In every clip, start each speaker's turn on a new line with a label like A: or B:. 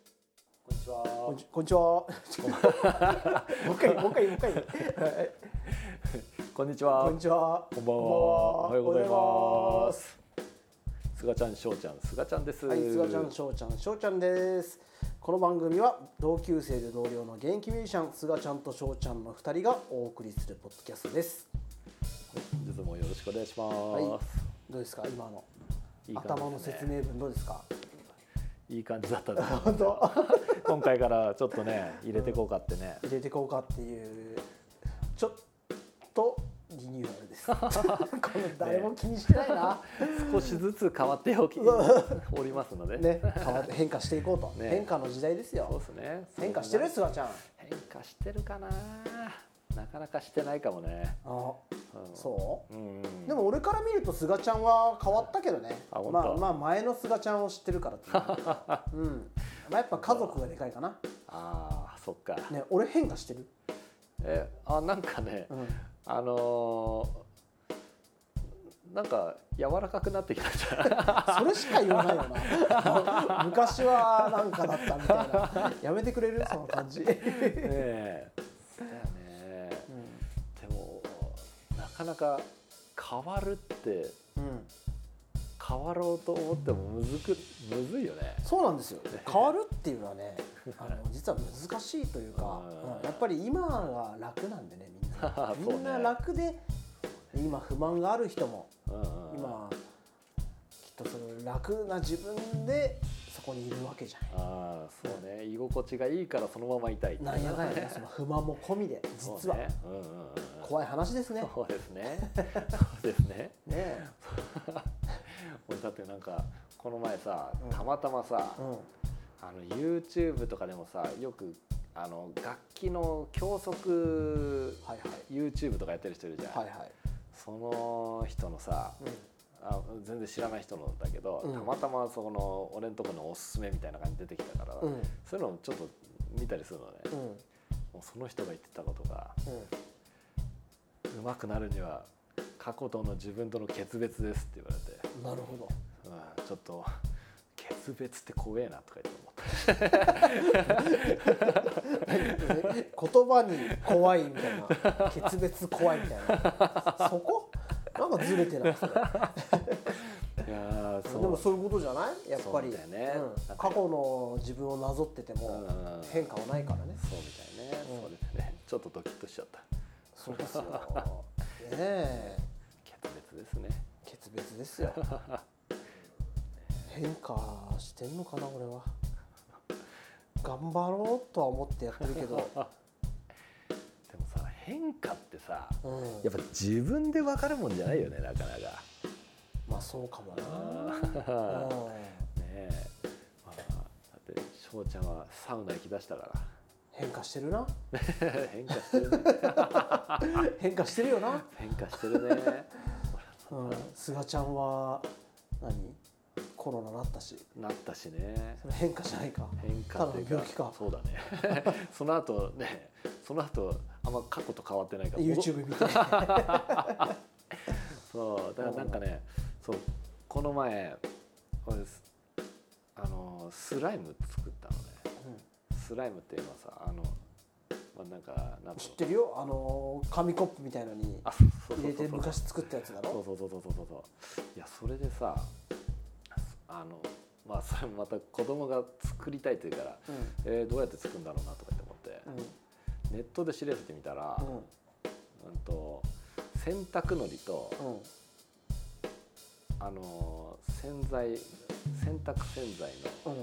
A: は
B: こんにちこんに ちは。もう一回、もう一回、もう一回。はい
A: こんにちは
B: こんにちは。
A: こんばんは
B: こんばん。
A: おはようございますすがちゃんしょうちゃんすがちゃんです
B: はい、すがちゃん、しょうちゃん、しょうちゃんです。この番組は同級生で同僚の現役ミュージシャン、すがちゃんとしょうちゃんの二人がお送りするポッドキャストです。
A: 本日もよろしくお願いします、
B: はい、どうですか、今の。
A: いい感じですね
B: 頭の説明文どうですか。
A: い、い感じだったと思う
B: 本当。
A: 今回からちょっとね入れてこうかってね、
B: 入れてこうかっていう。ちょっとリニューア ルです。この誰も気にしてないな。
A: 少しずつ変わってお きおりますので
B: ね、変わって変化していこうと、
A: ね
B: 変化の時代です
A: そう
B: よ
A: ですね
B: 変化してるすがちゃん
A: 変化してるかななかなかしてないかもね
B: あ
A: うん
B: そ
A: うん
B: うでも俺から見るとすがちゃんは変わったけどね
A: あ本当
B: まあまあ前のすがちゃんを知ってるからっていうのはうんまあやっぱ家族がでかいかな
A: ああそっか、
B: ね俺変化してる
A: えあなんかね、
B: うん
A: あのーなんか柔らかくなってきました
B: それしか言わないよな 昔はなんかだったみたいなやめてくれるその感 じ
A: ねえそうだよね、でもなかなか変わるって
B: うん
A: 変わろうと思ってもむずくむずいよね
B: そうなんですよ変わるっていうのはね あの実は難しいというか、
A: うん
B: うんやっぱり今が楽なんでねみん
A: そうね
B: な、みんな楽で今不満がある人も
A: うんうん
B: 今きっとその楽な自分でそこにいるわけじゃない。
A: ああそうね居心地がいいからそのままいたいって
B: なんやかんやねその不満も込みで実
A: そ
B: は
A: うねうんうんうん
B: 怖い話ですね。ね
A: そうですねそうですね
B: え
A: 俺だってなんかこの前さ
B: うん
A: たまたまさ、
B: うん
A: あの YouTube とかでもさよくあの楽器の教則
B: はいはい
A: YouTube とかやってる人いるじゃん、
B: はいはい。
A: その人のさ
B: うん
A: あ全然知らない人のだけど、
B: うん
A: たまたまそこの俺のとこのおすすめみたいな感じで出てきたから、
B: うん
A: そういうのをちょっと見たりするのね、
B: うん
A: もうその人が言ってたことが
B: うん。
A: 上手くなるには過去との自分との決別ですって言われて。
B: なるほど。
A: うんちょっと決別って怖えなとか言って思った
B: え言葉に怖いみたいな決別怖いみたいなそこなんかずれてないそれ
A: いやー
B: でもそういうことじゃないやっぱり
A: そうだよね
B: うん
A: だって
B: 過去の自分をなぞってて
A: う
B: も
A: んうんうん
B: 変化はないからね
A: そうみたいね、
B: うん
A: そうですねちょっとドキッとしちゃった
B: そうですよねえ
A: 決別ですね
B: 決別で すよ変化してんのかな俺は頑張ろうとは思ってやってるけど、
A: でもさ変化ってさ
B: うん、
A: やっぱ自分で分かるもんじゃないよねなかなか
B: まあそうかもな、
A: ね
B: うん、
A: えまあだって翔ちゃんはサウナ行きだしたか
B: 変化してるな
A: ら 変化してるね
B: 変化してるよな
A: 変化してるね
B: うん、菅ちゃんは何コロナなったし
A: なったしね
B: それ変化じゃないか
A: 変化
B: た
A: っ
B: だ
A: ていう
B: の
A: か
B: 病気か
A: そうだね その後ねその後あんま過去と変わってないから
B: YouTube 見て
A: そうだからなんかねそうこの前俺すあのスライム作ったのねスライムっていうのはさあの、まあ、なんかなん
B: 知っ
A: ろう
B: てるよあの紙コップみたいのに
A: あそうそ
B: 入
A: うそ
B: れて
A: うそう
B: 昔作ったやつだ
A: そう
B: ろ
A: そうそうそうそうそうそういやそれでさあのまあそれもまた子供が作りたいというから、
B: うん
A: えーどうやって作るんだろうなとかって思って、
B: う
A: ネットで調べてみたら、
B: ん
A: うんと洗濯のりと、
B: うんうん
A: あの洗剤洗濯洗剤の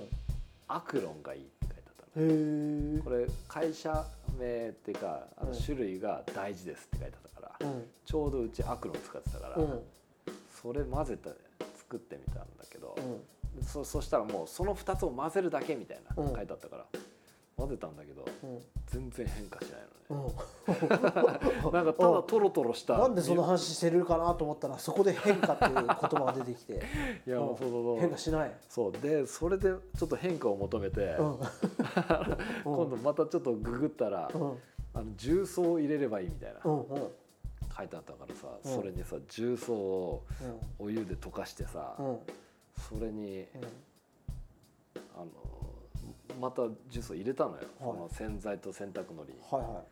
A: アクロンがいいって書いてあったの
B: うんへえ
A: これ会社名っていうかあの
B: うん
A: 種類が大事ですって書いてあったから、
B: うん
A: ちょうどうちアクロン使ってたから、
B: うん
A: それ混ぜて作ってみたんだけど
B: う、ん
A: そそしたらもうその2つを混ぜるだけみたいな
B: うん
A: 書いてあったから、混ぜたんだけど
B: うん
A: 全然変化しないのね、
B: う ん
A: なんかただトロトロした
B: なんでその話してるかなと思ったらそこで変化っていう言葉が出てきて
A: いや
B: うん
A: もうそうそうそう
B: 変化しない
A: そうでそれでちょっと変化を求めて、
B: うん
A: 今度またちょっとググったら、
B: うん
A: あの重曹を入れればいいみたいな、
B: うんうん
A: 書いてあったからさ、
B: うん
A: それにさ重曹を
B: うん
A: お湯で溶かしてさ、
B: うん
A: それに、
B: うん
A: あのまたジュースを入れたのよ、そ
B: はい
A: の洗剤と洗濯のりに
B: はいは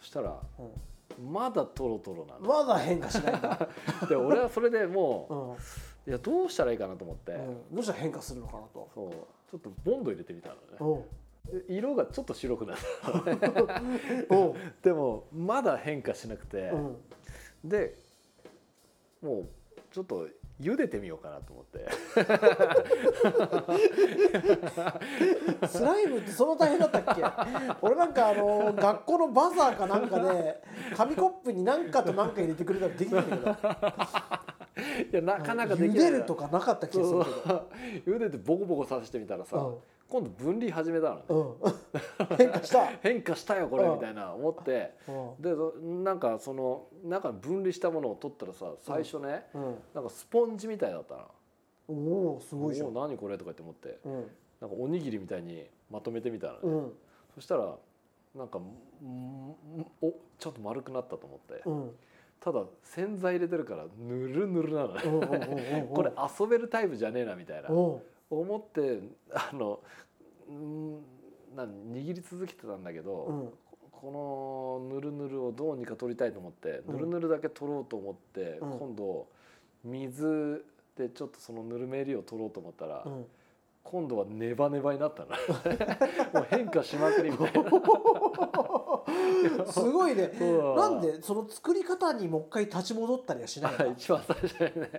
A: そしたら
B: い、
A: まだトロトロな
B: うん、
A: の
B: まだ変化しないんだ、
A: で俺はそれで
B: う
A: も
B: んうん、
A: ういやどうしたらいいかなと思って、
B: どうしたら変化するのかなと
A: そうちょっとボンド入れてみたのね
B: おう
A: で色がちょっと白くなっ
B: おう、
A: たでもまだ変化しなくて、
B: うん、
A: でもうちょっと茹でてみようかなと思って
B: スライムってその大変だった っけ俺なんかあの学校のバザーかなんかで紙コップに何かと何か入れてくれたらできないんだけど
A: いや なかなかでき
B: 茹
A: ない
B: でるとかなかった気
A: そ
B: がする
A: う
B: けど
A: 茹でてボコボコさせてみたらさ、
B: うん
A: 今度分離始めたのね、
B: うん、変化した。
A: 変化したよこれ、
B: うん
A: みたいな思って
B: うん
A: でそなんかその中に分離したものを取ったらさ最初ね、
B: うん、
A: なんかスポンジみたいだったな
B: お
A: 「
B: お、す
A: お
B: ごいじゃん。
A: お何これ?」とかって思って
B: うん、
A: なんかおにぎりみたいにまとめてみたのね、
B: うん、
A: そしたらなんかんんおちょっと丸くなったと思って、
B: うん、
A: ただ洗剤入れてるからぬるぬるなのね、
B: うん、うん、
A: これ遊べるタイプじゃねえなみたいな
B: お
A: 思ってあのうんなん握り続けてたんだけど、
B: お、うん、
A: このぬるぬるをどうにか取りたいと思って、
B: うん
A: ぬるぬるだけ取ろうと思って、
B: うん
A: 今度水でちょっとそのぬるめりを取ろうと思ったら、
B: うん、
A: 今度はネバネバにな ったなもう変化しまくりみたいな
B: すごいね。
A: そう
B: なんでその作り方にもう一回立ち戻ったりはしない
A: あ
B: の
A: 一番最初にね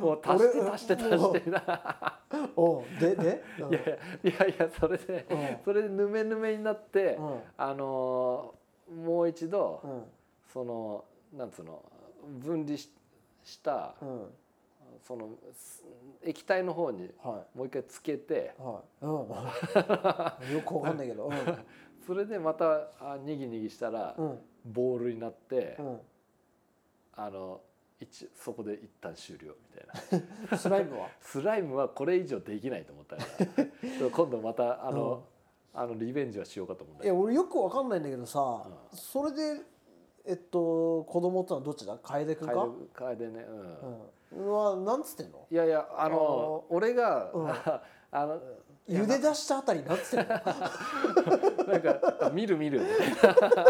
A: もう足して
B: 俺
A: 足して足してな
B: おうでで、うん
A: いやいやいやいやそれでそれでぬめぬめになって、
B: うん、
A: あのーもう一度、
B: うん、
A: そのなんつうの分離しした
B: うん、うん
A: そのす液体の方に
B: は
A: もう一回つけて
B: い、はい、うん。よくわかんないけど、うん、
A: それでまたあにぎにぎしたら、
B: うん、
A: ボールになって、
B: う
A: あの一そこで一旦終了みたいな
B: ん。スライムは。
A: スライムはこれ以上できないと思ったから そう今度またあの、あのリベンジはしようかと思うんだ
B: い
A: け
B: や
A: ど
B: 俺よくわかんないんだけどさ、
A: う
B: それでえっと子供ってのはどっちだ楓くんか
A: 楓楓ねうん、
B: うん、うわなんつってんの
A: いやいやあ
B: あの
A: の俺が、
B: うん
A: あのいや
B: 茹で出したあたりなんつってんの
A: なんか見る見 るみたいな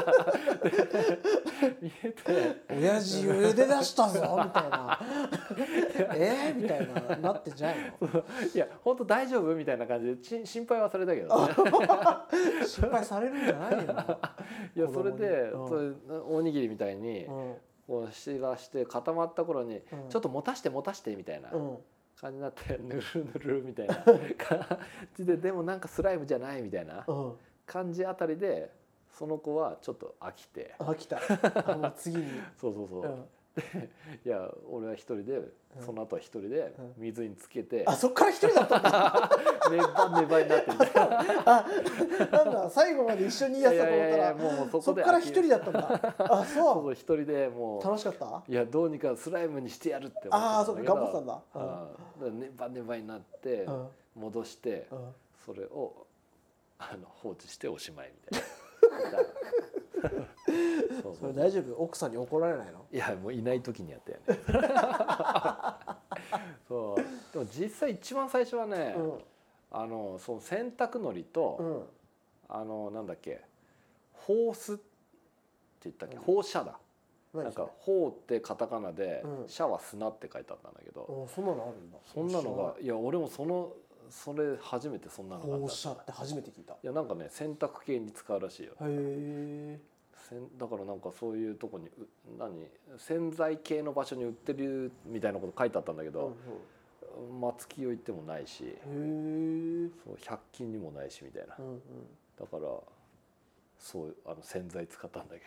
A: で見えて
B: 親父茹で出したぞみたいな えー、みたいななってんじゃない
A: いや本当大丈夫みたいな感じでち心配はされたけど、ね、
B: の心配されるんじゃない
A: いや
B: 子
A: それ
B: 供に
A: で、
B: うん
A: それおにぎりみたいに
B: の
A: こうしらして固まった頃に、
B: うん
A: ちょっと持たして持たしてみたいな
B: うん、うん、
A: 感じになって、ぬるぬるみ たいな感じででもなんかスライムじゃないみたいな
B: うん、
A: 感じあたりでその子はちょっと飽きて
B: あ来たあもう次に、
A: そうそうそう
B: う、ん、
A: いや俺は一人でその後は一人で
B: うん
A: 水につけ て、
B: あそっから一人だったんだ
A: ネバネバになってて
B: なんだ最後まで一緒にいやつだと思ったら
A: もうもうそ
B: そ
A: こ
B: っ
A: で
B: から
A: 飽
B: 一
A: き
B: 人だったんだ
A: そ
B: あ
A: う
B: そ
A: そう一人でもう
B: う楽しかった
A: いやどうにかスライムにしてやるって思って
B: ああそ
A: た
B: うんか
A: だけど
B: 頑張ってたんだ
A: うんだからネバネバになって
B: うん
A: 戻して
B: うん
A: それをあの放置しておしまいみたい なそう
B: そ
A: そ
B: れ
A: う
B: 大丈夫奥さんに怒られないの
A: いやもういない時にやったよね そうでも実際一番最初はね、あのその洗濯のりと、
B: うんうん
A: あのなんだっけホースって言ったっけ放射だ
B: 何
A: なん
B: それ
A: か「ほう」ってカタカナで
B: う
A: 「
B: ん
A: シャワー砂」って書いてあったんだけど、
B: おそんなのあるんだ
A: そんなのがいや俺もそのそれ初めてそんなのがあっ
B: 放
A: た
B: 射って初めて聞いたへ
A: いやなんかね洗濯系に使うらしいよ
B: え
A: せんだからなんかそういうとこにう何洗剤系の場所に売ってるみたいなこと書いてあったんだけど、松木を行ってもないし
B: へえうん
A: そう100均にもないしみたいな
B: うん
A: だからそうあの洗剤使ったんだけ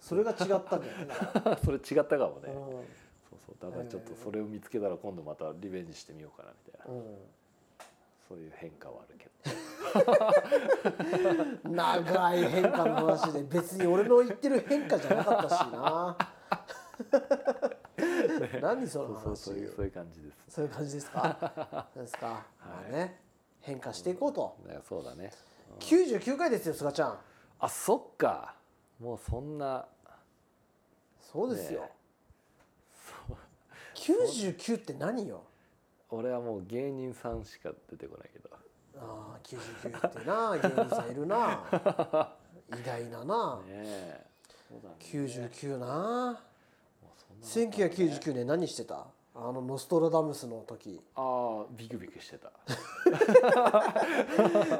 B: それが違ったんじゃないだか
A: ど それ違ったかも
B: ら
A: ねそうそうだからちょっとそれを見つけたら今度またリベンジしてみようかなみたいな
B: う
A: そういう変化はあるけど。
B: ん長い変化の話で別に俺の言ってる変化じゃなかったしな何その
A: そうそうそう
B: 話
A: いうそういう感じです。
B: そういう感じですかそうですか、まあね変化していこうと
A: ねそうだね。
B: 99回ですよ菅ちゃん
A: あそっか。もうそんな
B: そうですよ
A: ね
B: 99って何よ
A: 俺はもう芸人さんしか出てこないけど。
B: ああ99ってな芸人さんいる な偉大だな、
A: ねえそうだね
B: 99な
A: もうそんな
B: 1999年何してたあのノストラダムスの時
A: ああビクビクしてた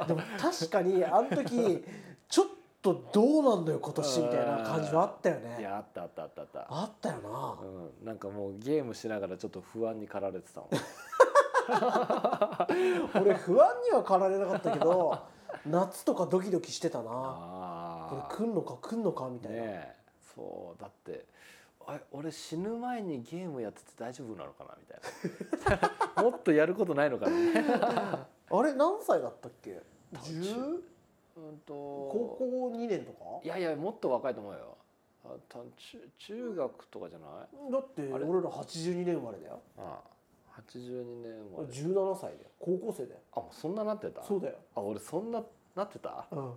B: でも確かにあの時ちょっとどうなんだよ今年みたいな感じはあったよ
A: い
B: ね
A: やあったあったあったあった
B: あったよな
A: うん、なんかもうゲームしながらちょっと不安に駆られてたもん
B: 俺不安には駆られなかった けど夏とかドキドキしてたなこれ
A: あ
B: 来んのか来んのかみ
A: あ
B: たい
A: ね
B: な、
A: えそうだってあれ俺死ぬ前にゲームやってて大丈夫なのかなみたいな もっとやることないのかなみたいな
B: あれ何歳だったっけ
A: 多分
B: 10?
A: うんと
B: 高校2年とか
A: いやいやもっと若いと思うよあた中中学とかじゃない
B: だって
A: あれ
B: 俺ら82年生まれだよ
A: ああ82年生まれ
B: 17歳だよ高校生だよ
A: あもうそんななってた
B: そうだよ、
A: あ俺そんななってた
B: うん、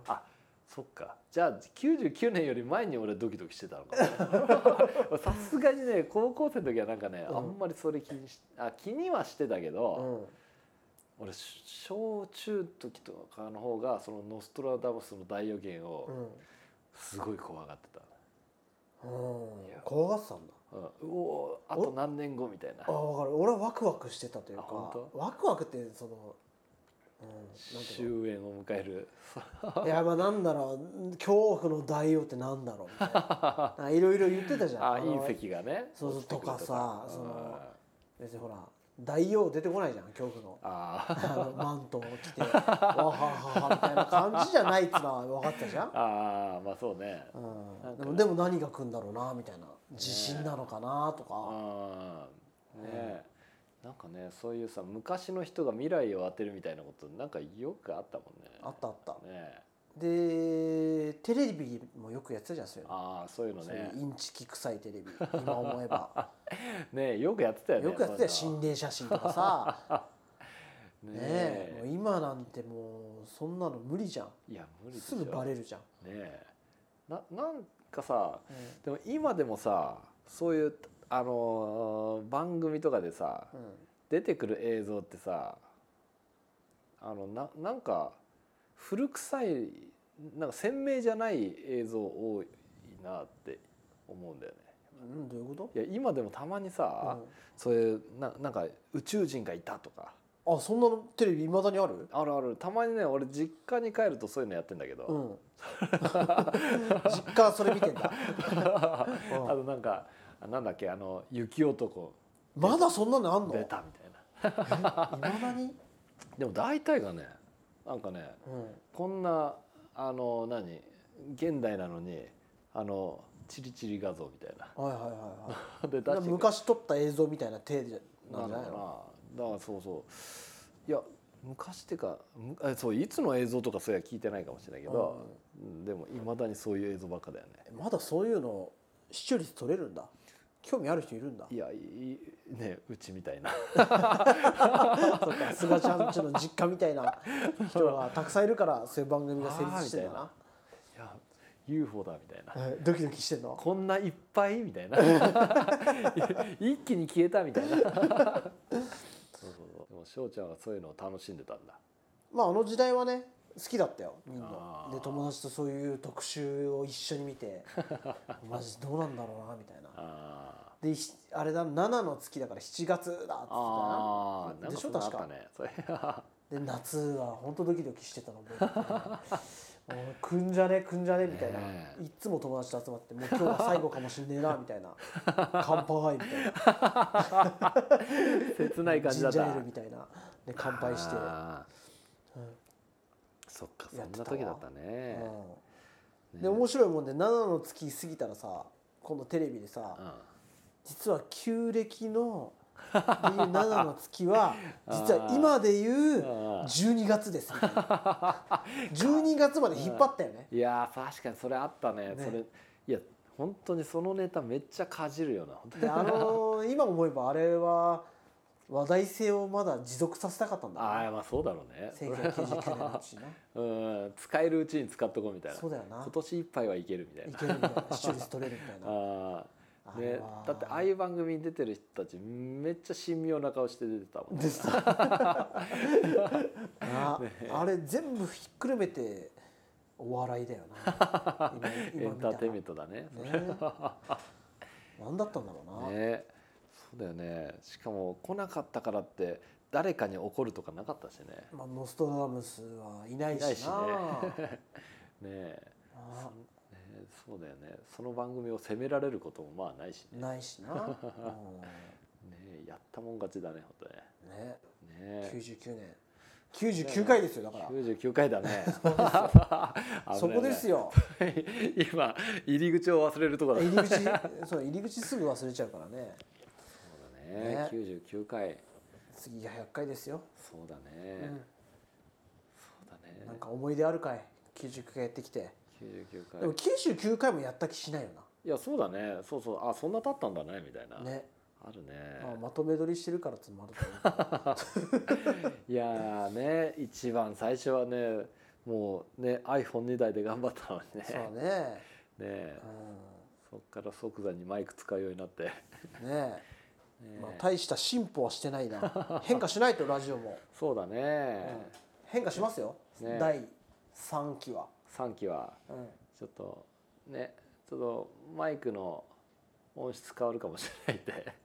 A: そっかじゃあ99年より前に俺ドキドキしてたのか なさすがにね高校生の時はなんかね、
B: うん
A: あんまりそれ気にしあ気にはしてたけど、俺小中時とかの方がそのノストラダムスの大予言
B: う
A: を
B: ん
A: すごい怖がってた、
B: うん
A: いや
B: 怖がってたんだ
A: うんうおーあと何年後みたいな
B: あ分かる俺はワクワクしてたというか
A: あ本
B: ワクワクってその、うん、なんて
A: 終
B: い
A: 焉
B: う
A: を迎える
B: のいやまあなんだろう恐怖の大王ってなんだろうみたいな なんかいろいろ言ってたじゃん
A: あ
B: あの
A: 隕石がね
B: そうそう
A: 落ちてくる
B: とかさその
A: うん
B: 別にほら大王出てこないじゃん恐怖 の
A: あ
B: あのマントを着てわはははみたいな感じじゃないっつうのは分かってたじゃん
A: ー、あーまあそうね
B: うん、で
A: なんか
B: もでも何が来るんだろうなみたいな地震なのかなとか、
A: ああねえなんかねそういうさ昔の人が未来を当てるみたいなことなんかよくあったもんね
B: あったあった
A: ねえ
B: でテレビもよくやってたじゃんそういうの
A: ああそういうの
B: そうい
A: ね
B: うインチキ臭いテレビ今思えば
A: ねえよくやってたよ ね
B: よくやってたよ
A: そん
B: 心
A: な
B: 霊写真とかさ
A: ね
B: ねえ
A: え
B: もう今なんてもうそんなの無理じゃん
A: いや無理でし
B: す
A: ょ
B: ぐバ
A: ね
B: レるじゃん、
A: えななんかさでも今でもさそういうあのー番組とかでさ
B: うん
A: 出てくる映像ってさあのななんか古臭いなんか鮮明じゃない映像多いなって思うんだよね。
B: うんうんどういうこ
A: いや今でもたまにさ、
B: と、
A: そういうななんか宇宙人がいたとか
B: うん、あそんなのテレビいまだにある
A: あるあるたまにね俺実家に帰るとそういうのやってんだけど、
B: うん 実家はそれ見てんだ、
A: あ
B: う
A: と
B: ん
A: なんかあなんだっけあの雪男
B: まだそんなのあんの
A: 出
B: い
A: たみたいな
B: まだに、
A: でも大体がねなんかね
B: うん
A: こんなあの何現代なのにあのチリチリ画像みたいな
B: はいはいはいはい
A: で出
B: だ
A: して
B: から
A: くる
B: 昔撮った映像みたいな手じゃな
A: なんんだろ
B: じゃないうの
A: なだからそうそういや昔ってかむあそういつの映像とかそういや聞いてないかもしれないけど、うんでもいまだにそういう映像ばっかだよね
B: まだそういうの視聴率取れるんだ興味ある人いる んだ
A: いやいいねうちみたいな
B: そっか菅ちゃんちの実家みた いな人がたくさんいるからそういう番組が成立してんだない
A: や UFO だみたいな
B: えドキドキしてんの
A: こんないっぱいみたいな 一気に消えたみたいな そうそうそうでも翔ちゃんはそういうのを楽しんでたんだ
B: まああの時代はね好きだったよみん
A: あー
B: なで友達とそういう特集を一緒に見て マジどうなんだろうなみたいな
A: あー
B: でひあれだ7の月だから7月だっつってたな
A: あーなんか
B: でし
A: そ
B: ょ
A: んなのあっ
B: 確か
A: たねそれあ
B: で夏は本当ドキドキしてたの覚えてて もうくんじゃねくんじゃねみたいな、
A: ねえ
B: いっつも友達と集まってもう今日が最後かもしんねえなみたいな 乾杯みたいな
A: 切ない感じだっ
B: ジン
A: た
B: ジャーエールみたいなで乾杯して、うん
A: あー
B: うん
A: そっかそん
B: やってた
A: な
B: わ
A: 時だったね、ね
B: で面白いもんで7の月過ぎたらさ今度テレビでさ
A: うん
B: 実は旧暦の でいう7の月は実は今でいう
A: あー
B: 12月ですみたいな 12月まで引っ張ったよね
A: いやー確かにそれあったね
B: ね
A: それいや本当にそのネタめっちゃかじるよな本当に
B: であのー今思えばあれは話題性をまだ持続させたかったんだ
A: ああ
B: な
A: まあそうだろうね
B: 1999年の うちにな
A: うん使えるうちに使っとこうみたいな
B: そうだよな
A: 今年いっぱいはいけるみたい
B: い
A: な
B: けるみたいな視聴率取れるみたい な
A: あー
B: ああれ
A: ね
B: は、
A: だってああいう番組に出てる人たちめっちゃ神妙な顔して出てた もんね
B: でさあ
A: ね
B: あれ全部ひっくるめてお笑いだよ な
A: エンターテインメン
B: ト
A: トだね
B: ね何だったんだろうな、
A: ねそうだよねしかも来なかったからって誰かに怒るとかなかったしね
B: まあ、ノストラダムスはいない
A: い
B: しな
A: ないしねねえ
B: あ
A: ねえそうだよねその番組を責められることもまあないしね
B: ない しな、うん
A: ねえやったもん勝ちだね本
B: ね、
A: 当ねねえ
B: 99年99回ですよだから
A: 99回だね
B: そこですよ
A: 危ないね 今入り口を忘れるとこだ
B: 入り口 そう入り口すぐ忘れちゃうからね
A: そうだね
B: ね
A: 99回
B: 次が100回ですよ、
A: そうだね、そうだ
B: う
A: ね
B: ん、なんか思い出あるかい99回やってきて、
A: 99
B: で
A: 回
B: も99回もやった気しないよ
A: いやそうだねそうそうあそんな経ったんだねみたいな、
B: なね、
A: あるね、
B: まあ、まとめ撮りしてるからつまると思うけど
A: いやーね一番最初はねもうね iPhone2 台で頑張ったのに ね
B: そうね
A: ねそっから即座にマイク使うようにな って、ね
B: うんね
A: え
B: まあ、大した進歩はしてないな変化しないとラジオも、
A: そうだ
B: うん
A: ね、
B: 変化しますよ、
A: ね
B: 第3期は、
A: 3期は
B: うん
A: ちょっとねちょっとマイクの音質変わるかもしれないんで、 ね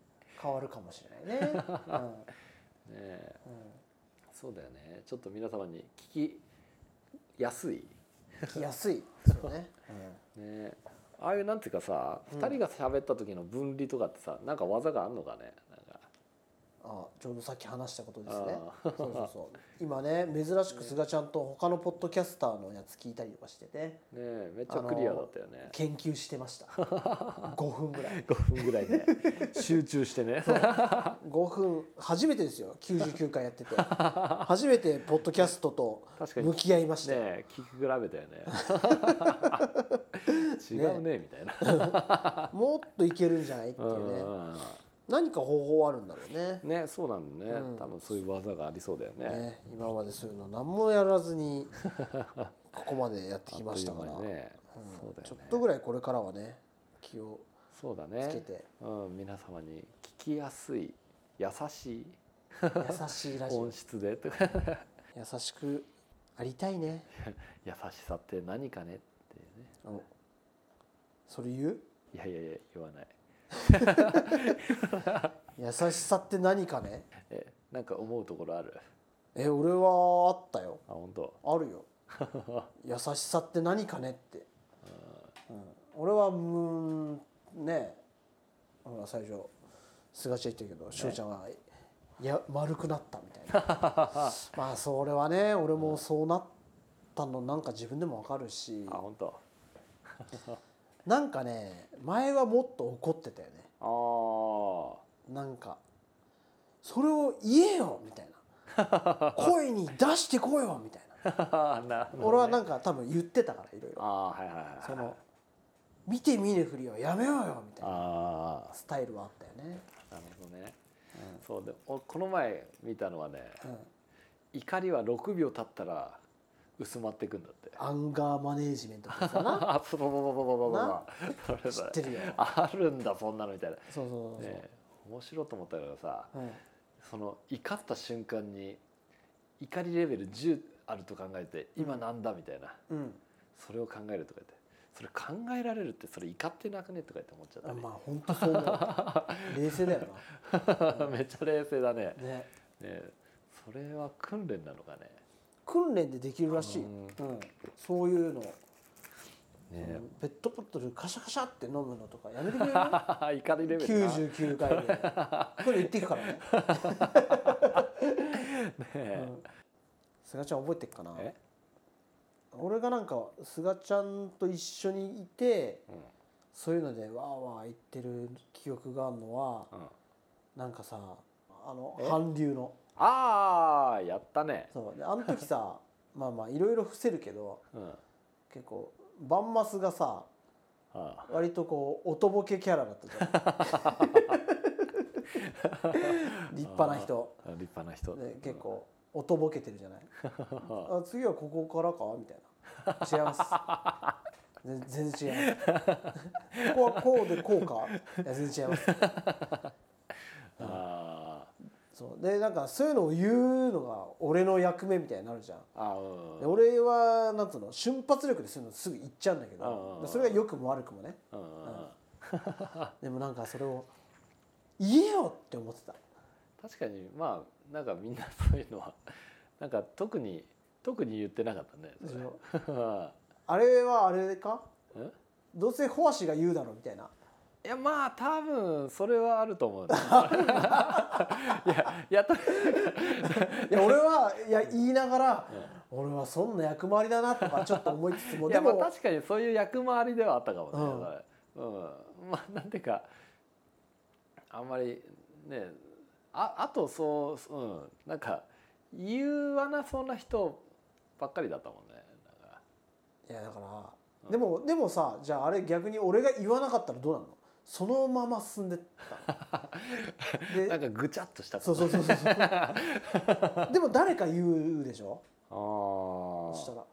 B: 変わるかもしれない ね、うんうん
A: え、そうだよねちょっと皆様に聞きやすい
B: 聞きやす いそうね、
A: ねああいうなんていうかさ
B: うん
A: 2人が喋った時の分離とかってさなんか技があんのかね
B: うん、あちょうどさっき話したことで
A: なん
B: す
A: か、
B: ね
A: あ
B: そうそうそう今ね珍しく菅ちゃんと他のポッドキャスターのやつ聞いたりとかしてね
A: ーねえめっちゃクリアだったよね
B: 研究して ました5分ぐらい
A: 5分ぐらいね集中してね
B: 5分初めてですよ99回やってて初めてポッドキャストと
A: 確かに
B: 向
A: ね
B: き合いましたよ、
A: え聞き比べた よね違うねみたいな
B: もっといけるんじゃないっていううんね
A: うん
B: 何か方法あるんだろうね
A: うんねそうなんだね、
B: うん
A: 多分そういう技がありそうだよね
B: ね今までそういうの何もやらずにここまでやってきましたから、
A: あっという間にね、
B: う
A: そ
B: ん
A: うだよね
B: ちょっとぐらいこれからはね気を
A: そうだ
B: つけ
A: ね、
B: て
A: うん、皆様に聞きやすい優しい
B: 優しいラジオ
A: 音質で とか
B: 優しくありたいね
A: 優しさって何かねっていうね
B: それ言う
A: いやいやいや言わない
B: 優しさって何かね
A: えなんか思うところある
B: え俺はあったよ
A: あ本当
B: あ るよ優しさって何かねって、うん、俺はうーんねほら最初菅ちゃん言ってるけど翔、ちゃんは「いや丸くなった」みたいな まあそれはね俺もそうなったのなんか自分でもわかるし
A: あ本当
B: なんかね前はもっと怒ってたよね
A: あー
B: なんかそれを言えよみたい な声に出してこいよみたいな
A: なるほどね
B: 俺はなんか多分言ってたからいろいろ
A: あーはいはいはい
B: その見て見ぬふりはやめようよみたいな
A: あ
B: スタイルはあったよね、
A: あなるほどね、そうでおこの前見たのはね
B: うん、
A: 怒りは6秒経ったら薄まっていくんだって
B: アンガーマネージメントとかさな
A: あ そうそうそうそうそうそうそれ
B: 知ってるよ
A: あるんだそんなのみたいな、ね
B: そうそうそうそう、
A: え、面白いと思ったのがさ
B: うん
A: その怒った瞬間に怒りレベル10あると考えて今なんだみたいな
B: うん
A: それを考えるとか言ってそれ考えられるってそれ怒ってなくねとか言って思っちゃ
B: あま
A: っ
B: あ本当そう思 う冷静だよ
A: たね めっちゃ冷静だねね
B: なね
A: えそれは訓練なのかね
B: 訓練でできるらしい、う
A: うんん
B: そういうの
A: ねえ
B: ペットボトルカシャカシャって飲むのとかやめてくれる
A: 怒りレベルなね
B: 99回でこれ言っていくからね
A: え
B: 菅ちゃん覚えてっかな
A: え
B: 俺がなんか菅ちゃんと一緒にいて
A: うん
B: そういうのでわーわー言ってる記憶があるのは
A: うん
B: なんかさあの
A: え
B: 韓流の
A: ああやったね
B: そうであの時さ まあまあいろいろ伏せるけど
A: うんあ
B: 結構バンマスがさ
A: あ
B: 割とこうおとぼけキャラだったじゃ ん立派な人
A: 立派な人
B: で結構おとぼけてるじゃないあ次はここからかみたいな違います全全然違います。ここはこうでこうか。いや全然違います。
A: あ
B: そうでなんかそういうのを言うのが俺の役目みたいになるじゃん。
A: ーあー
B: で俺はなんつうの瞬発力でするのすぐ言っちゃうんだけ
A: うんう
B: ど
A: ん、うん
B: それが良くも悪くもね。
A: うんうんうん
B: でもなんかそれを言えよって思ってた。
A: 確かにまあなんかみんなそういうのはなんか特に特に言ってなかったね
B: でしょ
A: それ
B: あれはあれか。
A: うん
B: どうせホアシが言うだろうみたいな。
A: いやまあ多分それはあると思うん だよいやいやと
B: いや俺はいや言いながら、俺はそんな役回りだなとかちょっと思いつつも
A: い
B: で
A: やまあ
B: も
A: 確かにそういう役回りではあったかもね、
B: うん
A: それうん、まあなんていうかあんまりねああとそう、うん、なんか言わなそうな人ばっかりだったもんねなんか
B: いやだから、でもでもさじゃああれ逆に俺が言わなかったらどうなのそのまま進んで ったの
A: なん
B: で
A: かぐちゃっとした
B: そうそうそ うそうそうでも誰か言うでしょ
A: あ
B: そ
A: ー
B: したら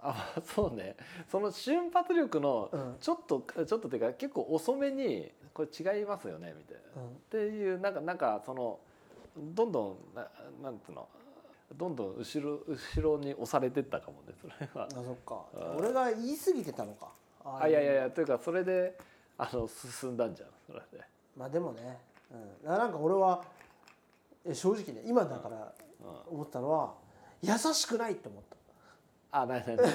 A: あそうねその瞬発力の
B: うん
A: ちょっと、ちょっとっていうか結構遅めにこれ違いますよねみたいな、
B: うん
A: っていうなんかなんかそのどんどんななんつうのどんどん後ろ後ろに押されてったかもねそれは
B: あ。そっか
A: あー
B: 俺が言い過ぎてたのかあ
A: あいやいやいやというかそれであの進んだんじゃんそれで。
B: まあでもね、うん、ななんか俺はいや正直ね今だから
A: うん
B: 思ったのは優しくないって思った
A: あ、ないないないない。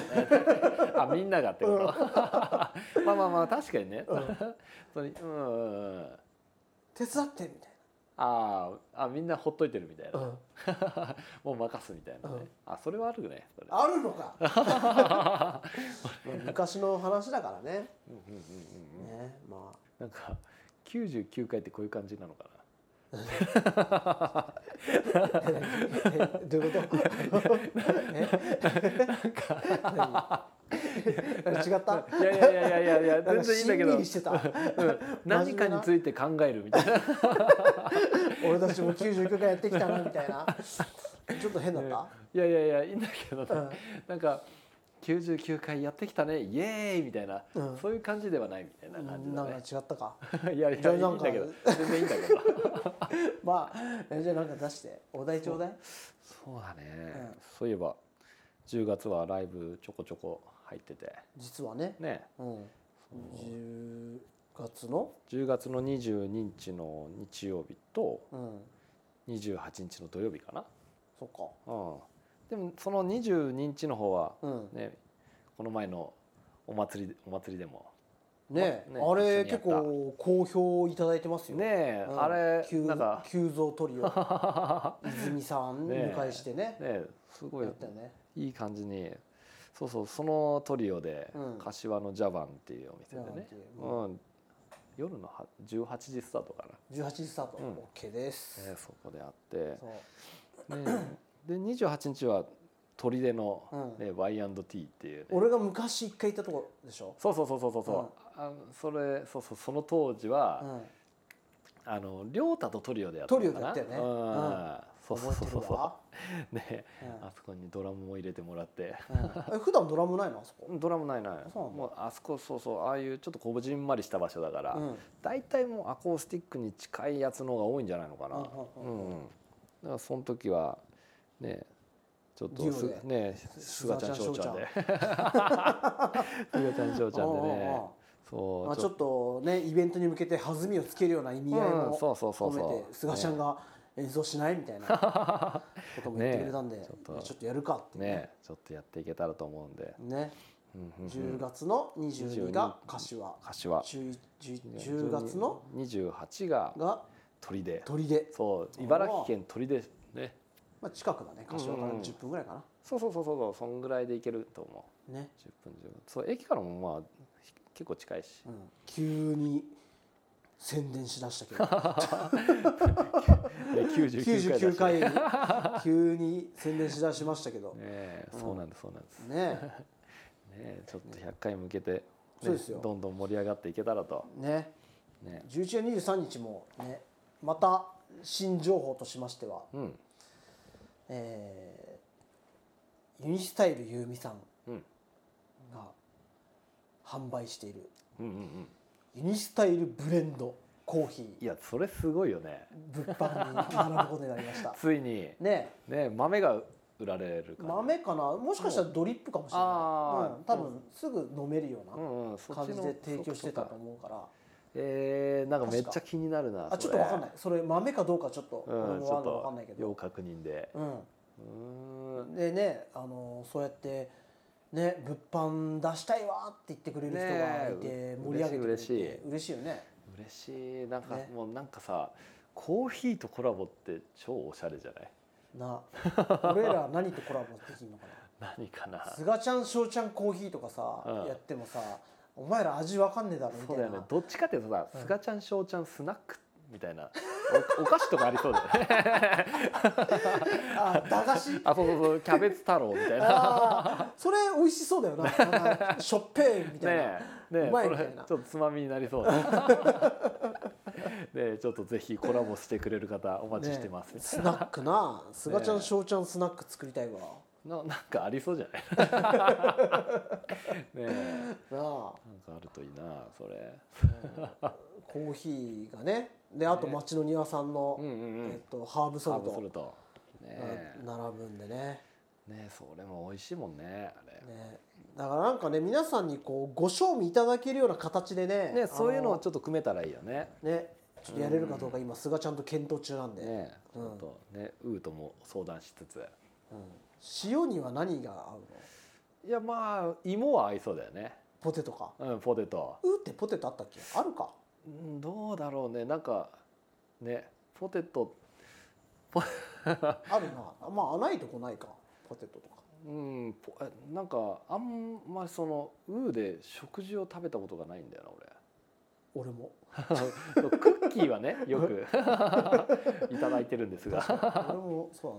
A: あ、みんながって こと。まあまあまあ確かにね。それうんうんうん。
B: 手伝ってみたい
A: あーあみんなほっといてるみたい
B: な、
A: な、もう任すみたいなね、
B: うん
A: あそれはあるねそれ
B: ある のかまあ昔の話だからね
A: うんうんうんうん
B: ねま
A: なんか99回ってこういう感じなのか
B: あえ どういうこと え 何違った
A: ないやいやいやいやいや全然
B: なんか
A: い
B: し
A: いん
B: ん
A: だ
B: み
A: けど
B: りしてた
A: 何かについて考えるみたいな
B: 俺たちも99回やってきたなみたいなちょっと変だった、
A: いやいやいやいいんだけどね、
B: うん
A: なんか99回やってきたねイエーイみたいな、
B: うん
A: そういう感じではないみたいな感じ
B: な
A: だ
B: んか違
A: ね
B: ったか
A: いやいやいいん
B: じゃあ
A: だけ
B: なん
A: ど
B: か
A: 全然いいんだけど
B: まあえじゃあなんか出してお題ちょうだい
A: そうだね、
B: うん
A: そういえば10月はライブちょこちょこ入ってて
B: 実はね、
A: ね
B: うん、10月の、
A: 10月の22日の日曜日と
B: うん、
A: 28日の土曜日かな、
B: そっか
A: うん、でもその22日の方は、
B: うん
A: ね、この前のお祭りお祭りでも
B: ねえ、
A: ね
B: あれ
A: 一緒にや
B: 結
A: った
B: 構好評いただいてますよ。
A: ねえ、
B: うん
A: あれ
B: 急
A: なんか
B: 急増トリオ 泉さん
A: ねえ
B: 迎えしてね
A: ねえすごい
B: やったよね。
A: いい感じにそうそうそのトリオで、
B: うん
A: 柏のジャバンっていうお店
B: ジャ
A: で
B: バンっ
A: ね
B: ていう、う
A: うん、夜のは18時スタートかな、
B: 18時スタート、
A: うん
B: オッケーです。
A: ねえそこであって
B: そう
A: ねえで28日は砦の、
B: うん
A: ね Y&T っていうね
B: 俺が昔一回行ったとこでしょ。
A: そうそうそうそうそうそう
B: うん
A: あのそれそうそうその当時
B: う
A: は、
B: ん、
A: あの亮太とトリオでやったのかな
B: トリオでやったよね
A: うん
B: うん
A: そうそう
B: 覚
A: そ
B: え
A: う
B: てるわ。
A: そうねあそこにドラムも入れてもらって
B: うんえ普段ドラムないのあそこ。
A: ドラムないない
B: そうなんだ
A: もうあそこそうそうああいうちょっとこじんまりした場所だから、
B: うん
A: 大体もうアコースティックに近いやつの方が多いんじゃないのかな、
B: う
A: うんん
B: うん
A: だからその時はねちょっ
B: デ
A: と
B: ュ
A: す
B: オで
A: ねすがちゃん
B: すがちゃん
A: 翔ちゃんで すがちゃん翔ちゃんで
B: うんうんうん
A: ねそう
B: まあちょっとねイベントに向けて弾みをつけるような意味合い
A: うん
B: も
A: そうそうそうそう
B: 込めて菅ちゃんが演奏しないみ たいなことも言ってくれたんで、
A: ねえちょっと
B: いやちょっとやるかって
A: ねちょっとやっていけたらと思うんで、
B: ね。
A: うんうんうん、
B: 10月の22が柏
A: 柏
B: 11 10月の
A: 28が
B: が
A: 鳥で
B: 鳥で、
A: そう茨城県鳥でね
B: まあ、近くだね柏から
A: うん
B: 10分ぐらいか
A: そうそうそうそうそうそんぐらいでいけると思う
B: な、ね、
A: 10分10分そう駅からもまあひ結構近いし
B: うん、急に宣伝しだしたけ ど
A: で99
B: 99
A: 回だし
B: 回に 急に宣伝しだしましたけど
A: ね
B: ね
A: えそうなんですそうなんですね
B: ね
A: えちょっと100回向けてね
B: そうですよ
A: どんどん盛り上がっていけたらと
B: ね
A: ね
B: 11月23日もねまた新情報としましては、
A: うん
B: えーユニスタイルゆうみさん
A: うん
B: が販売している
A: うんうんうん
B: ユニスタイルブレンドコーヒ
A: いやそれすごいよね
B: ー物販に並ぶことになり ました
A: ついに
B: ね
A: ね豆が売られるから
B: 豆かなもしかしたらドリップかもしれな
A: あ
B: い、
A: ー
B: うん、多分すぐ飲めるよ
A: う
B: うん
A: うん
B: な
A: そっ
B: 感
A: ち
B: じ
A: の
B: で提供してたと
A: そっかそっか
B: 思うから
A: えー、なんかめっちゃ気になるな
B: あちょっとわかんないいそれ豆かどうかちょっと
A: う
B: 俺
A: ん
B: も
A: ちょっ
B: わかんないけ
A: と
B: ど
A: 要確認で
B: うん
A: うーん
B: でね、あのそうやって、ね、物販出したいわって言ってくれる人がいて、
A: ねえう
B: 盛り上げてくれて
A: 嬉しい嬉しい
B: 嬉しいよね
A: 嬉しいなんか、
B: ね
A: もうなんかさコーヒーとコラボって超おしゃれじゃない
B: な 俺ら何とコラボできるのか
A: 何かな
B: なすがちゃんしょうちゃんコーヒーとかさ、
A: うん
B: やってもさお前ら味わかんねえだろみた
A: そ
B: いう
A: だ
B: な
A: よねどっちかっていうとさ
B: うん
A: すがちゃんしょうちゃんスナックみたい なおお菓子とかありそうだよね
B: あ駄菓子
A: あそうそうそうキャベツ太郎みたいな
B: あーそれ美味しそうだよななんかしょっぺーみたいな、
A: ねえねえ
B: うまい
A: そ
B: みたい
A: れ
B: な
A: ちょっとつまみになりそうだねえちょっとぜひコラボしてくれる方お待ちしてます、
B: ねスナックなすがちゃんしょうちゃんスナック作りたいわ
A: ななんかありそうじゃな い ねえ
B: な
A: な
B: あ
A: んかあるといいなそれ
B: コーヒーがねであと
A: ね
B: 町の庭さんの、
A: うんうんうん
B: えっと、ハーブソ
A: ハ
B: ル
A: ーブソ
B: ト
A: ルトねえ
B: が並ぶんでね
A: ねえそれも美味しいもんねあれ
B: ねだからなんかね皆さんにこうご賞味いただけるような形でね
A: ねそういうのを
B: あ
A: ちょっと組めたらいいよね
B: ねちょっとやれるかどうか今菅ちゃんと検討中なんで、
A: ねち
B: うん
A: ょっとねウーとも相談しつつ
B: うん塩には何が合うの
A: いやまあ芋は合いそうだよね
B: ポテトか
A: うんポテト
B: うってポテトあったっけあるか
A: うんどうだろうねなんかねポテト
B: あるなまあないとこないかポテトとか
A: うんポえなんかあんまりそのウーで食事を食べたことがないんだよな俺。
B: 俺も
A: そうクッキーはねよく いただいてるんですが、ね
B: 俺もそう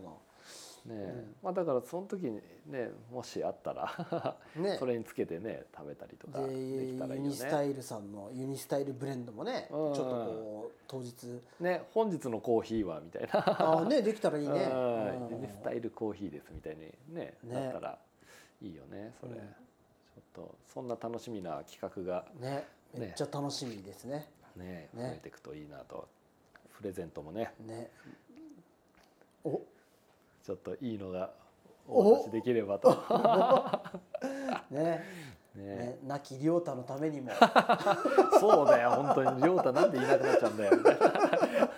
A: えまあ、だからその時にねもしあったら
B: だなね
A: それにつけてね食べたりとか
B: で
A: できたらい
B: ユ
A: いよ
B: ニスタ
A: ね
B: イルさんのユニスタイルブレンドもね、
A: うん
B: ちょっとこう当日
A: ね本日のコーヒーはみたいな
B: ああねできたらいいね、
A: うん
B: う
A: ユ
B: ん
A: ニスタイルコーヒーですみたいにね
B: ね
A: だったらいいよねそれ、
B: うん
A: ちょっとそんな楽しみな企画が
B: ね
A: ね
B: めっちゃ楽しみですね
A: ね増
B: ね
A: えていくといいなとプレゼントもね
B: ねお
A: ちょっといいのがお渡しできればと、
B: ね
A: ね、
B: ね亡き亮太のため にも
A: そうだよ本当に亮太なんでいなくなっちゃうんだ よ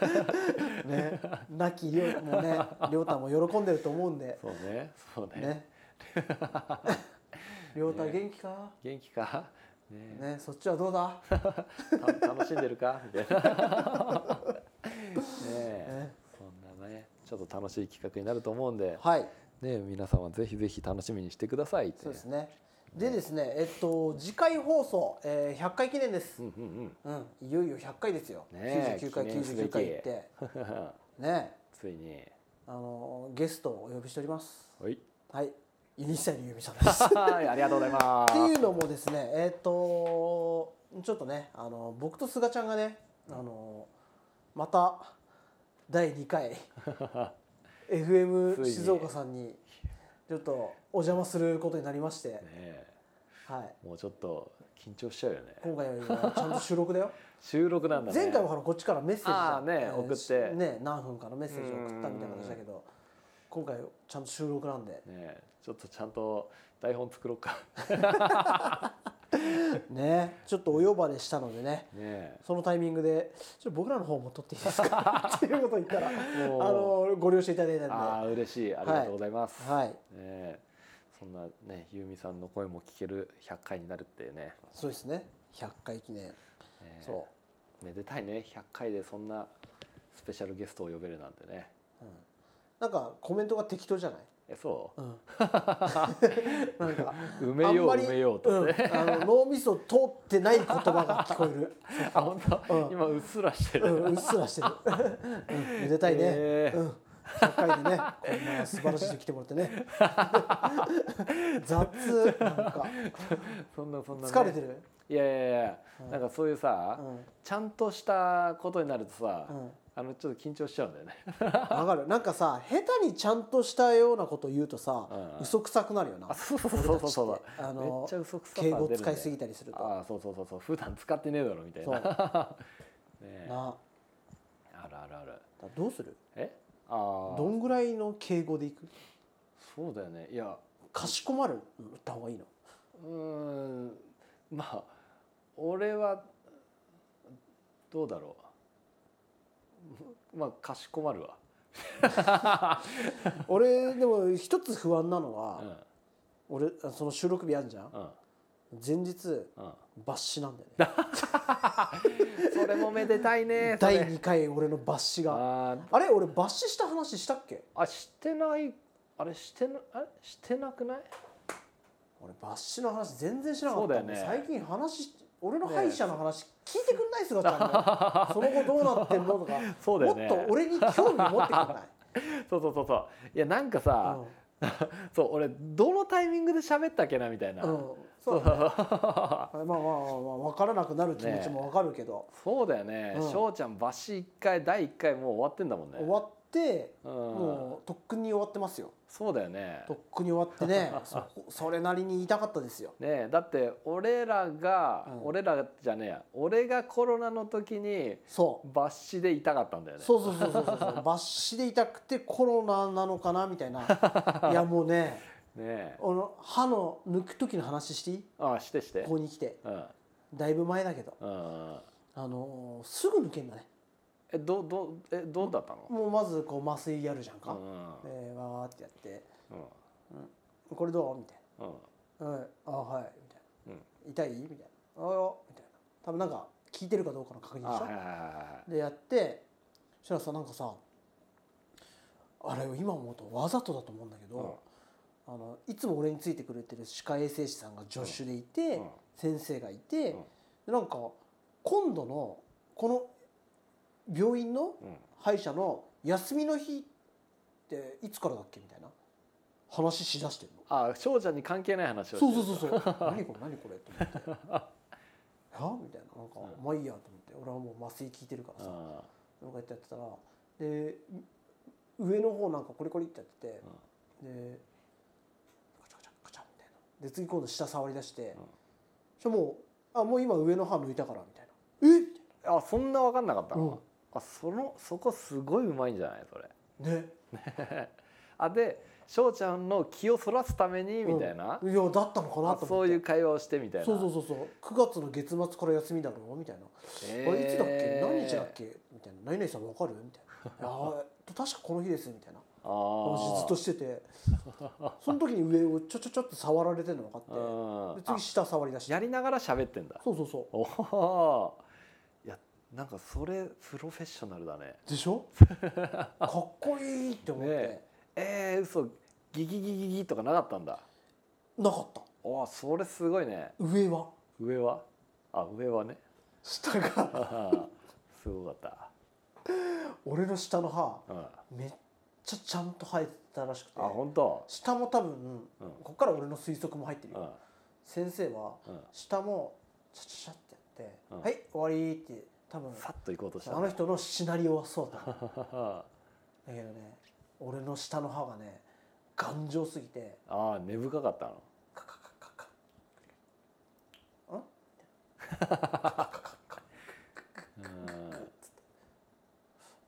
B: ね亡き亮 太もね亮太も喜んでると思うんで
A: そうね、そうね。
B: ね亮太元気か
A: 元気か、ね、
B: ねそっちはどうだ、
A: た楽しんでるかみ たいな。ねえ、
B: ね
A: そんなね、ちょっと楽しい企画になると思うんで、
B: はい
A: ねえ、皆様ぜひぜひ楽しみにしてくださいって。
B: そうですねでですねえっと次回放送、えー100回記念です
A: うんうんうん。
B: うん、いよいよ100回ですよ、
A: ねえ
B: 99回
A: 記念すべ
B: 99
A: き
B: 回 行ってね
A: ついに、
B: あのゲストをお呼びしております
A: はい。
B: はいユニサイルゆみさんです っ
A: はい、ありがとうございま
B: てい
A: す。
B: うのもですねえっ、とちょっとねあの僕とすがちゃんがねあのまた第2回 FM
A: ついに
B: 静岡さんにちょっとお邪魔することになりまして、
A: ねえ、
B: はい、
A: もうちょっと緊張しちゃうよね。
B: 今回はちゃんと収録だよ
A: 収録 なんだね。
B: 前回もほらこっちからメッセージ
A: あーね
B: えー
A: 送って
B: しね何分かのメッセージを送ったみたいな感じだけど今回ちゃんと収録なんで
A: ねえ、ちょっとちゃんと台本作ろうか。
B: ねちょっとお呼ばれしたのでね
A: ねえ。
B: そのタイミングでちょっと僕らの方も撮っていいですか っていうことを言ったらあ
A: もう
B: のご了承いただいたんで
A: ああ
B: は
A: 嬉しいありがとうございます。
B: い
A: ねえそんなねゆうみさんの声も聞ける100回になるってね
B: そうですね100回記念
A: ねえ
B: そ
A: めでたいね100回でそんなスペシャルゲストを呼べるなんてね
B: う、うん、なんかコメントが適当じゃない
A: えそ
B: うんなんか
A: う埋めよう埋めようとね、
B: ん、あの脳みそ通ってない言葉が聞こえ る
A: あ本当、
B: うん
A: 今うっすらして
B: う
A: る、
B: ん、うっすらしてる。うん、めでたいね。
A: へー
B: うん、100回でね、こんな素晴らしい人来てもらって ね。雑、なんか
A: そんなそんな、ね、
B: 疲れてる。
A: いやいやいや、なんかそういうさ、
B: うん、
A: ちゃんとしたことになるとさ、
B: うん
A: あのちょっと緊張しちゃうんだよね
B: わかるなんかさ下手にちゃんとしたようなこと言うとさ、
A: うんうん
B: 嘘くさくなるよな
A: あそうそうそうそうそう
B: 俺たちってあの
A: めっちゃ嘘くささ
B: 敬語使いすぎ
A: て
B: たりすると
A: ああそうそうそうそう普段使ってねえだろみたい
B: そう
A: な
B: な
A: ねえ
B: だか
A: あるあるある
B: らどうする
A: えああ
B: どんぐらいの敬語でいく
A: そうだよねいや
B: かしこまるうんった方がいい の
A: うーんまあ俺はどうだろう まあかしこまるわ、
B: 俺でも一つ不安なのは、
A: うん
B: 俺あその収録日あんじゃん
A: うん
B: 前日
A: うん、
B: 抜歯なんだよね
A: それもめでたいねそれ
B: 第2回俺の抜歯が
A: あ
B: あれ俺抜歯した話したっけ
A: ーあしてないあれしてなあれしてなくない
B: 俺抜歯の話全然しなかった
A: そうだよね
B: 最近話し俺の歯医者の話聞いてくんないすがちゃん がその後どうなってんのとか
A: そうだよ
B: も
A: ね
B: っと俺に興味 持ってくんない、
A: そうそうそうそういやなんかさ、そう俺どのタイミングで喋ったっけなみたいな、
B: うん、うん、そうだねまあまあまあ分からなくなる気持ちも分かるけど、
A: そうだよね
B: うん
A: 翔、ちゃんバシ1回第1回もう終わってんだもんね
B: 終わって
A: うん、
B: もうとっくに終わってますよ
A: そうだよね
B: とっくに終わって ねそこそれなりに痛かったですよ
A: ねえだって俺らが、
B: うん
A: 俺らじゃねえや俺がコロナの時に
B: そう
A: 抜歯で痛かったんだよね
B: そうそうそ うそうそうそう抜歯で痛くてコロナなのかなみた いないやもうね
A: ねえ
B: あの歯の抜く時の話していい
A: ああしてして
B: ここに来て
A: うん
B: だいぶ前だけど
A: うん
B: あのーすぐ抜けんだね
A: えどどえどうだったの
B: もうまずこう麻酔やるじゃんか、
A: うん
B: えーわーってやって
A: うん
B: 「これどう?」みたい
A: うん
B: な「うん、あはい」みたい
A: うん
B: な「痛い?」みたいな「あよ」みたいな多分なんか聞いてるかどうかの確認
A: あ
B: でしょ、
A: はいはいはいは
B: でやってそしたらさなんかさあれ今思うとわざとだと思うんだけど、あのいつも俺についてくれてる歯科衛生士さんが助手でいて、
A: うん
B: 先生がいて、
A: うん
B: でなんか今度のこの病院の
A: いうん
B: 歯医者の休みの日っていつからだっけみたいな話しだしてるの。
A: ああ翔ちゃんに関係ない話をして
B: そ
A: る
B: うそうそうそう何これ何これと思って 「はみたいななんか、
A: う
B: まあいいやと思って俺はもう麻酔効いてるからさ、
A: あ
B: なんかやってやってたらで上の方なんかコリコリってやってて、でカチャカチャカチャみたいなで次今度下触り出して、そしたらもうあもう今上の歯抜いたからみたいなえみた
A: ああそんな分かんなかったの、
B: うん
A: あそのそこすごいうまいんじゃないそれ
B: いなね
A: あで翔ちゃんの気をそらすためにみたいな、
B: いやだったのかな
A: あ
B: と思って
A: そういう会話をしてみたいな
B: そうそうそうそう9月の月末から休みだろうみたいな、
A: へ
B: あれいつだっ
A: ー
B: け何日だっけみたいな「何々さんわかる?」みたい な「いやー確かこの日です」みたいな
A: あー
B: 話ずっとして てその時に上をちょちょちょっと触られてるの分かって
A: うん
B: で次下触り出して
A: やりながら喋ってんだ
B: そうそうそ
A: おおいやなんかそれプロフェッショナルだね
B: うでしょ かっこいいって思って、
A: ねえー、嘘ギギギギギとかなかったんだ
B: なかった
A: おーそれすごいね
B: 上は
A: 上はあ上はね
B: 下が
A: あーすごかっ
B: 俺の下の歯
A: た、うん、あ
B: めっちゃちゃんと生えてたらしくて
A: 本当
B: 下も多分、
A: うん
B: こっから俺の推測も入ってる
A: う
B: よ、
A: ん
B: 先生は
A: うん
B: 下もチャチャチャってやって「
A: うん
B: はい終わり」って多分
A: さっと行こうとした
B: あ
A: んだ
B: の人のシナリオはそうだった
A: あ
B: だけどね俺の下の歯がね頑丈すぎて
A: あ根深かったの
B: カカカカカ
A: うん
B: ああみたいな「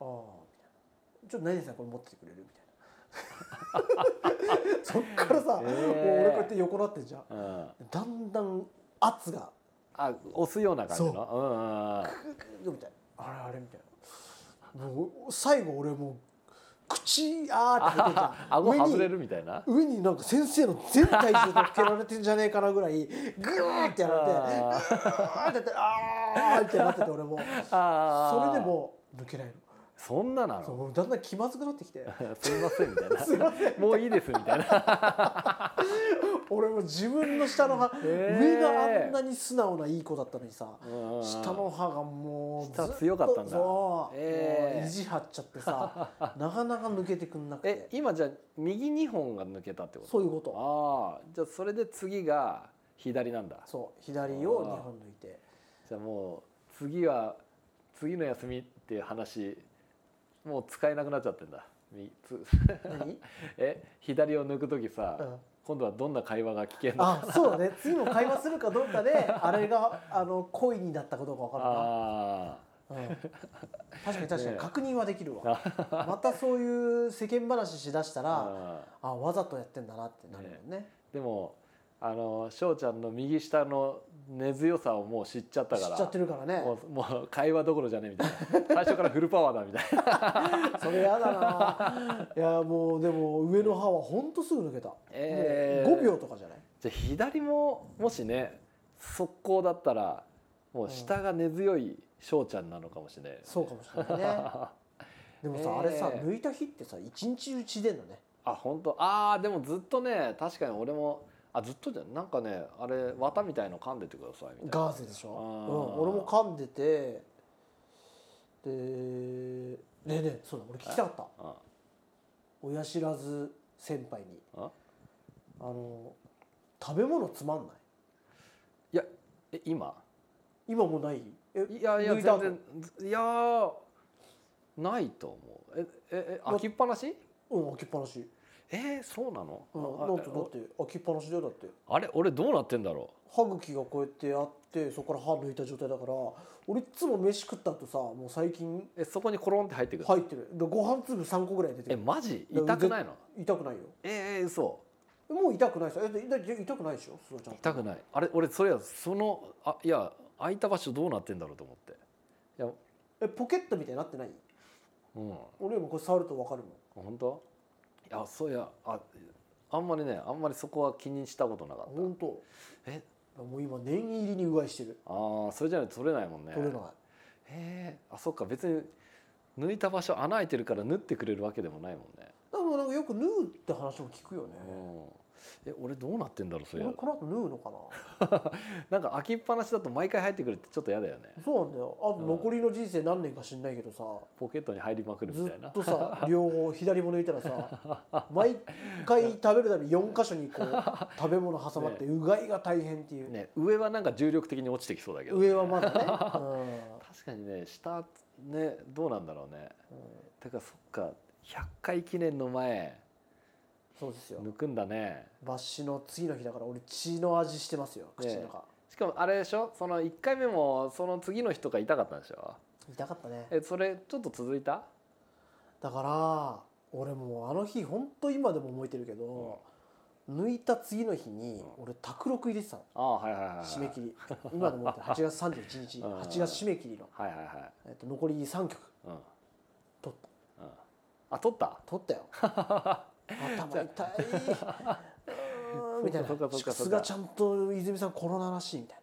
B: ちょっと何々さんこれ持っててくれる?」みたいなそっからさ、
A: え
B: もう
A: ー
B: 俺こうやって横なってんじゃん
A: うん
B: だんだん圧が
A: あ押すような感じのうんうんうん
B: グググみたいなあれあれみたいなもう最後俺もう口あーって開いてんじゃん
A: あ顎
B: 上に
A: 外れるみたいな
B: 上になんか先生の全体重乗っけられてんじゃねえかなぐらいグーってやられて
A: あ
B: あーってやってあーってなってて俺も
A: あ
B: そ
A: ー
B: れでもう抜けないの
A: そんなな
B: そう
A: の
B: もうだんだん気まずくなってきて
A: すいませんみたい なもういいですみたいな
B: 俺も自分の下の歯、
A: えー
B: 上があんなに素直ないい子だったのにさ
A: うんうん
B: 下の歯がもう
A: 下
B: ずっと
A: 強かったんだ
B: そう、
A: えー
B: もう意地張っちゃって さなかなか抜けてくんなく
A: え
B: て
A: 今じゃあ右2本が抜けたってこと
B: そういうこと
A: ああじゃあそれで次が左なんだ
B: そう左を2本抜いて
A: じゃあもう次は次の休みっていう話もう使えなくなっちゃってんだみつ
B: 何
A: え左を抜く時さ、
B: うん
A: 今度はどんな会話が聞けんのか
B: あそうだね次の会話するかどう かであれがあの恋になったことが分か
A: あ
B: るな、うん確かに確か
A: ね
B: に
A: え
B: 確認はできるわまたそういう世間話しだした
A: ー
B: ら
A: あ
B: あわざとやってんだなってなるもんね
A: ーでもあの翔ちゃんの右下の根強さをもう知っちゃった
B: 知
A: から
B: っちゃってるからね
A: もうもう会話どころじゃねえみたいな 最初からフルパワーだみたいな
B: それやだないやもうでも上の歯はほんとすぐ抜けた、
A: えー
B: もう5秒とかじゃない
A: じゃあ左ももしね速攻だったらもう下が根強い翔ちゃんなのかもしれない、
B: そうかもし れないねでもさ、
A: えー
B: あれさ抜いた日ってさ一日うちでんのね
A: あ本当あーでもずっとね確かに俺もあずっとじゃんなんかねあれ綿みたいの噛んでてくださいみたいな
B: ガーゼでしょ、う
A: あ
B: ん
A: ー、
B: 俺も噛んでてでねえねえそうだ俺聞きたかった
A: あ
B: 親知らず先輩に
A: あ
B: あの食べ物つまんない
A: いやえ今
B: 今もないえ
A: いやいや
B: 抜い
A: 全
B: た後
A: 然いやーないと思うえええ開きっぱなし
B: うん開きっぱなし、
A: えー、そうなの、
B: うん、
A: あ
B: なんとだって開きっぱなしだよだって
A: あれ俺どうなってんだろ
B: 歯茎がこうやってあってそこから歯抜いた状態だから俺いつも飯食った後さもう最近
A: うえそこにコロンって入ってくる、
B: 入ってるでご飯粒3個ぐらい出て
A: え
B: る
A: マジ痛くないの
B: 痛くないよ
A: えー、嘘
B: もう痛くないさえだだ痛くないでしょすがちゃん
A: 痛くないあれ俺それやそのあいや空いた場所どうなってんだろうと思っていや
B: えポケットみたいになってない
A: うん
B: 俺もこれ触ると分かるもん
A: 本当いやそういやああんまりねあんまりそこは気にしたことなかった
B: 本当
A: え
B: もう今念入りにうがいしてる
A: ああそれじゃないと取れないもんね
B: 取れない
A: へえあそっか別に抜いた場所穴開いてるから縫ってくれるわけでもないもんね、
B: でもなんかよく縫うって話も聞くよね
A: うん、え俺どうなってんだろうそれ
B: 俺この後縫うのかな
A: なんか開きっぱなしだと毎回入ってくるってちょっと嫌だよね
B: そうなんだよあと残りの人生何年か知んないけどさ
A: ポケットに入りまくる
B: ず
A: みたい
B: っ
A: な
B: とさ両方左も抜いた らさ毎回食べるたび4箇所にこう食べ物挟まってうがいが大変っていう、
A: ね上はなんか重力的に落ちてきそうだけど
B: 上はまだね、
A: 確かにね下ねどうなんだろうね
B: うんうん
A: だからそっか100回記念の前
B: そうですよ
A: 抜くんだね
B: 抜歯の次の日だから俺血の味してますよ口の中、
A: しかもあれでしょその1回目もその次の日とか痛かったんでしょ
B: 痛かったね
A: えそれちょっと続いた
B: だから俺もうあの日本当今でも覚えてるけど、抜いた次の日に俺卓録入れてたの
A: ああはいはいはいはい
B: 締め切り今でも覚えてる8月31日
A: うん
B: 8月締め切りの、
A: はいはいはい
B: えっと、残り3曲
A: うんうん
B: 取った
A: あ取った
B: 取っ たよ頭痛いうー んみたい
A: そっかそっかそ
B: な
A: っか
B: すがちゃんと泉さんコロナらし いみたい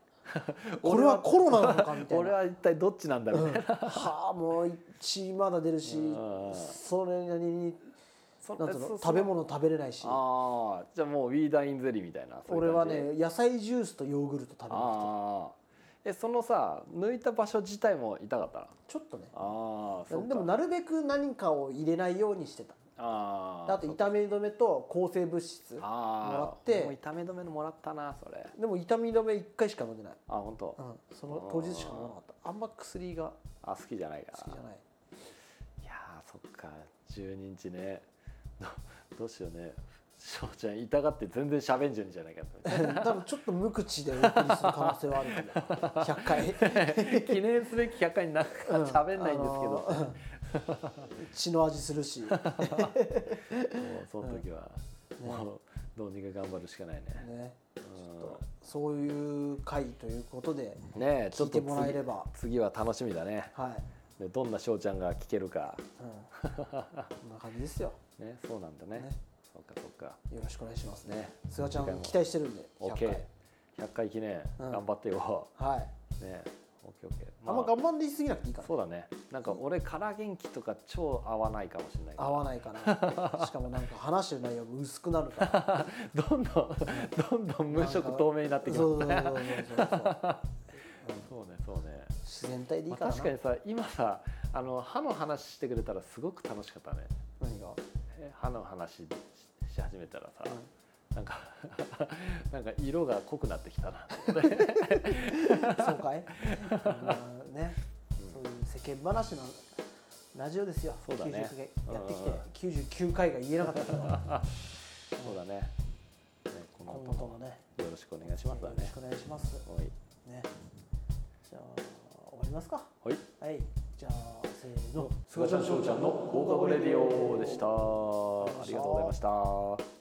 B: なこれはコロナなのかみたいな
A: 俺は一体どっちなんだろうね、
B: はあもう血まだ出るし
A: うん
B: それなりに
A: そ
B: なんつ
A: え
B: うの
A: そ
B: 食べ物食べれないし
A: ああじゃあもうウィーダーインゼリーみたいなそうい
B: 俺
A: う
B: は
A: 感じ
B: ね野菜ジュースとヨーグルト食べな
A: ああえそのさ抜いた場所自体も痛かったあ
B: くてちょっとね
A: あそっか
B: でもなるべく何かを入れないようにしてた
A: あ
B: あと痛み止めと抗生物質もら
A: あ
B: っ
A: あ
B: て
A: もう痛め止めのもらったなそれ
B: でも痛み止め1回しか飲んでない、
A: あ本当
B: うん、その当日しか飲まなかったあんま薬が
A: あ好きじゃないか
B: 好きじゃない
A: いやーそっか12日ねどどうしようね翔ちゃん痛がって全然喋んじゃうんじゃないかと
B: 多分ちょっと無口でお送りする可能性はあるか も100回
A: 記念すべき100回になんか
B: うん
A: 喋んないんですけど、
B: あの血の味するし、ね、
A: もうその時は、もうどうにか頑張るしかないねう
B: そういう回ということで
A: んねえち
B: 聞
A: ょっ
B: い
A: と
B: て
A: 次
B: もらえれば
A: 次は楽しみだね
B: はい、
A: でどんな翔ちゃんが聞けるか
B: うん、こんな感じですよ
A: ねそうなんだね
B: ね
A: そうかそうか
B: よろしくお願いしますね
A: ね
B: 菅ちゃ
A: 次回
B: ん
A: も
B: 期待してるんで
A: OK100 回記念、
B: うん
A: 頑張ってよ
B: 回はい、
A: ね OKOK
B: あ、んま頑張んでいすぎなくていいから
A: そうだねなんか俺から元気とか超合わないかもしれないけど
B: 合わないか なしかもなんか話してる内容も薄くなるから
A: どんどんどんどん無色透明になってきます
B: そうそうそうそうそうそう
A: そうねそうね、
B: 自然体でいい
A: まあ
B: からな
A: 確かにさ今さあの歯の話してくれたらすごく楽しかったね
B: 何が、
A: え歯の話しし始めたらさ、
B: うん
A: なんか なんか色が濃くなってきたな
B: そうかい、まあね、そういう世間話のラジオですよ
A: そうだね
B: 90回やって
A: うん
B: きて99回が言えなかったけど
A: そうだねねこの
B: 今
A: 後
B: 後ともね
A: もよろしくお願いしますだ
B: よろ
A: ね
B: しくお願いします
A: はい
B: ねじゃあ終わりますか
A: はい
B: はいじゃあせーの
A: すがちゃんしょうちゃんの放課後レディオでしたありがとうございました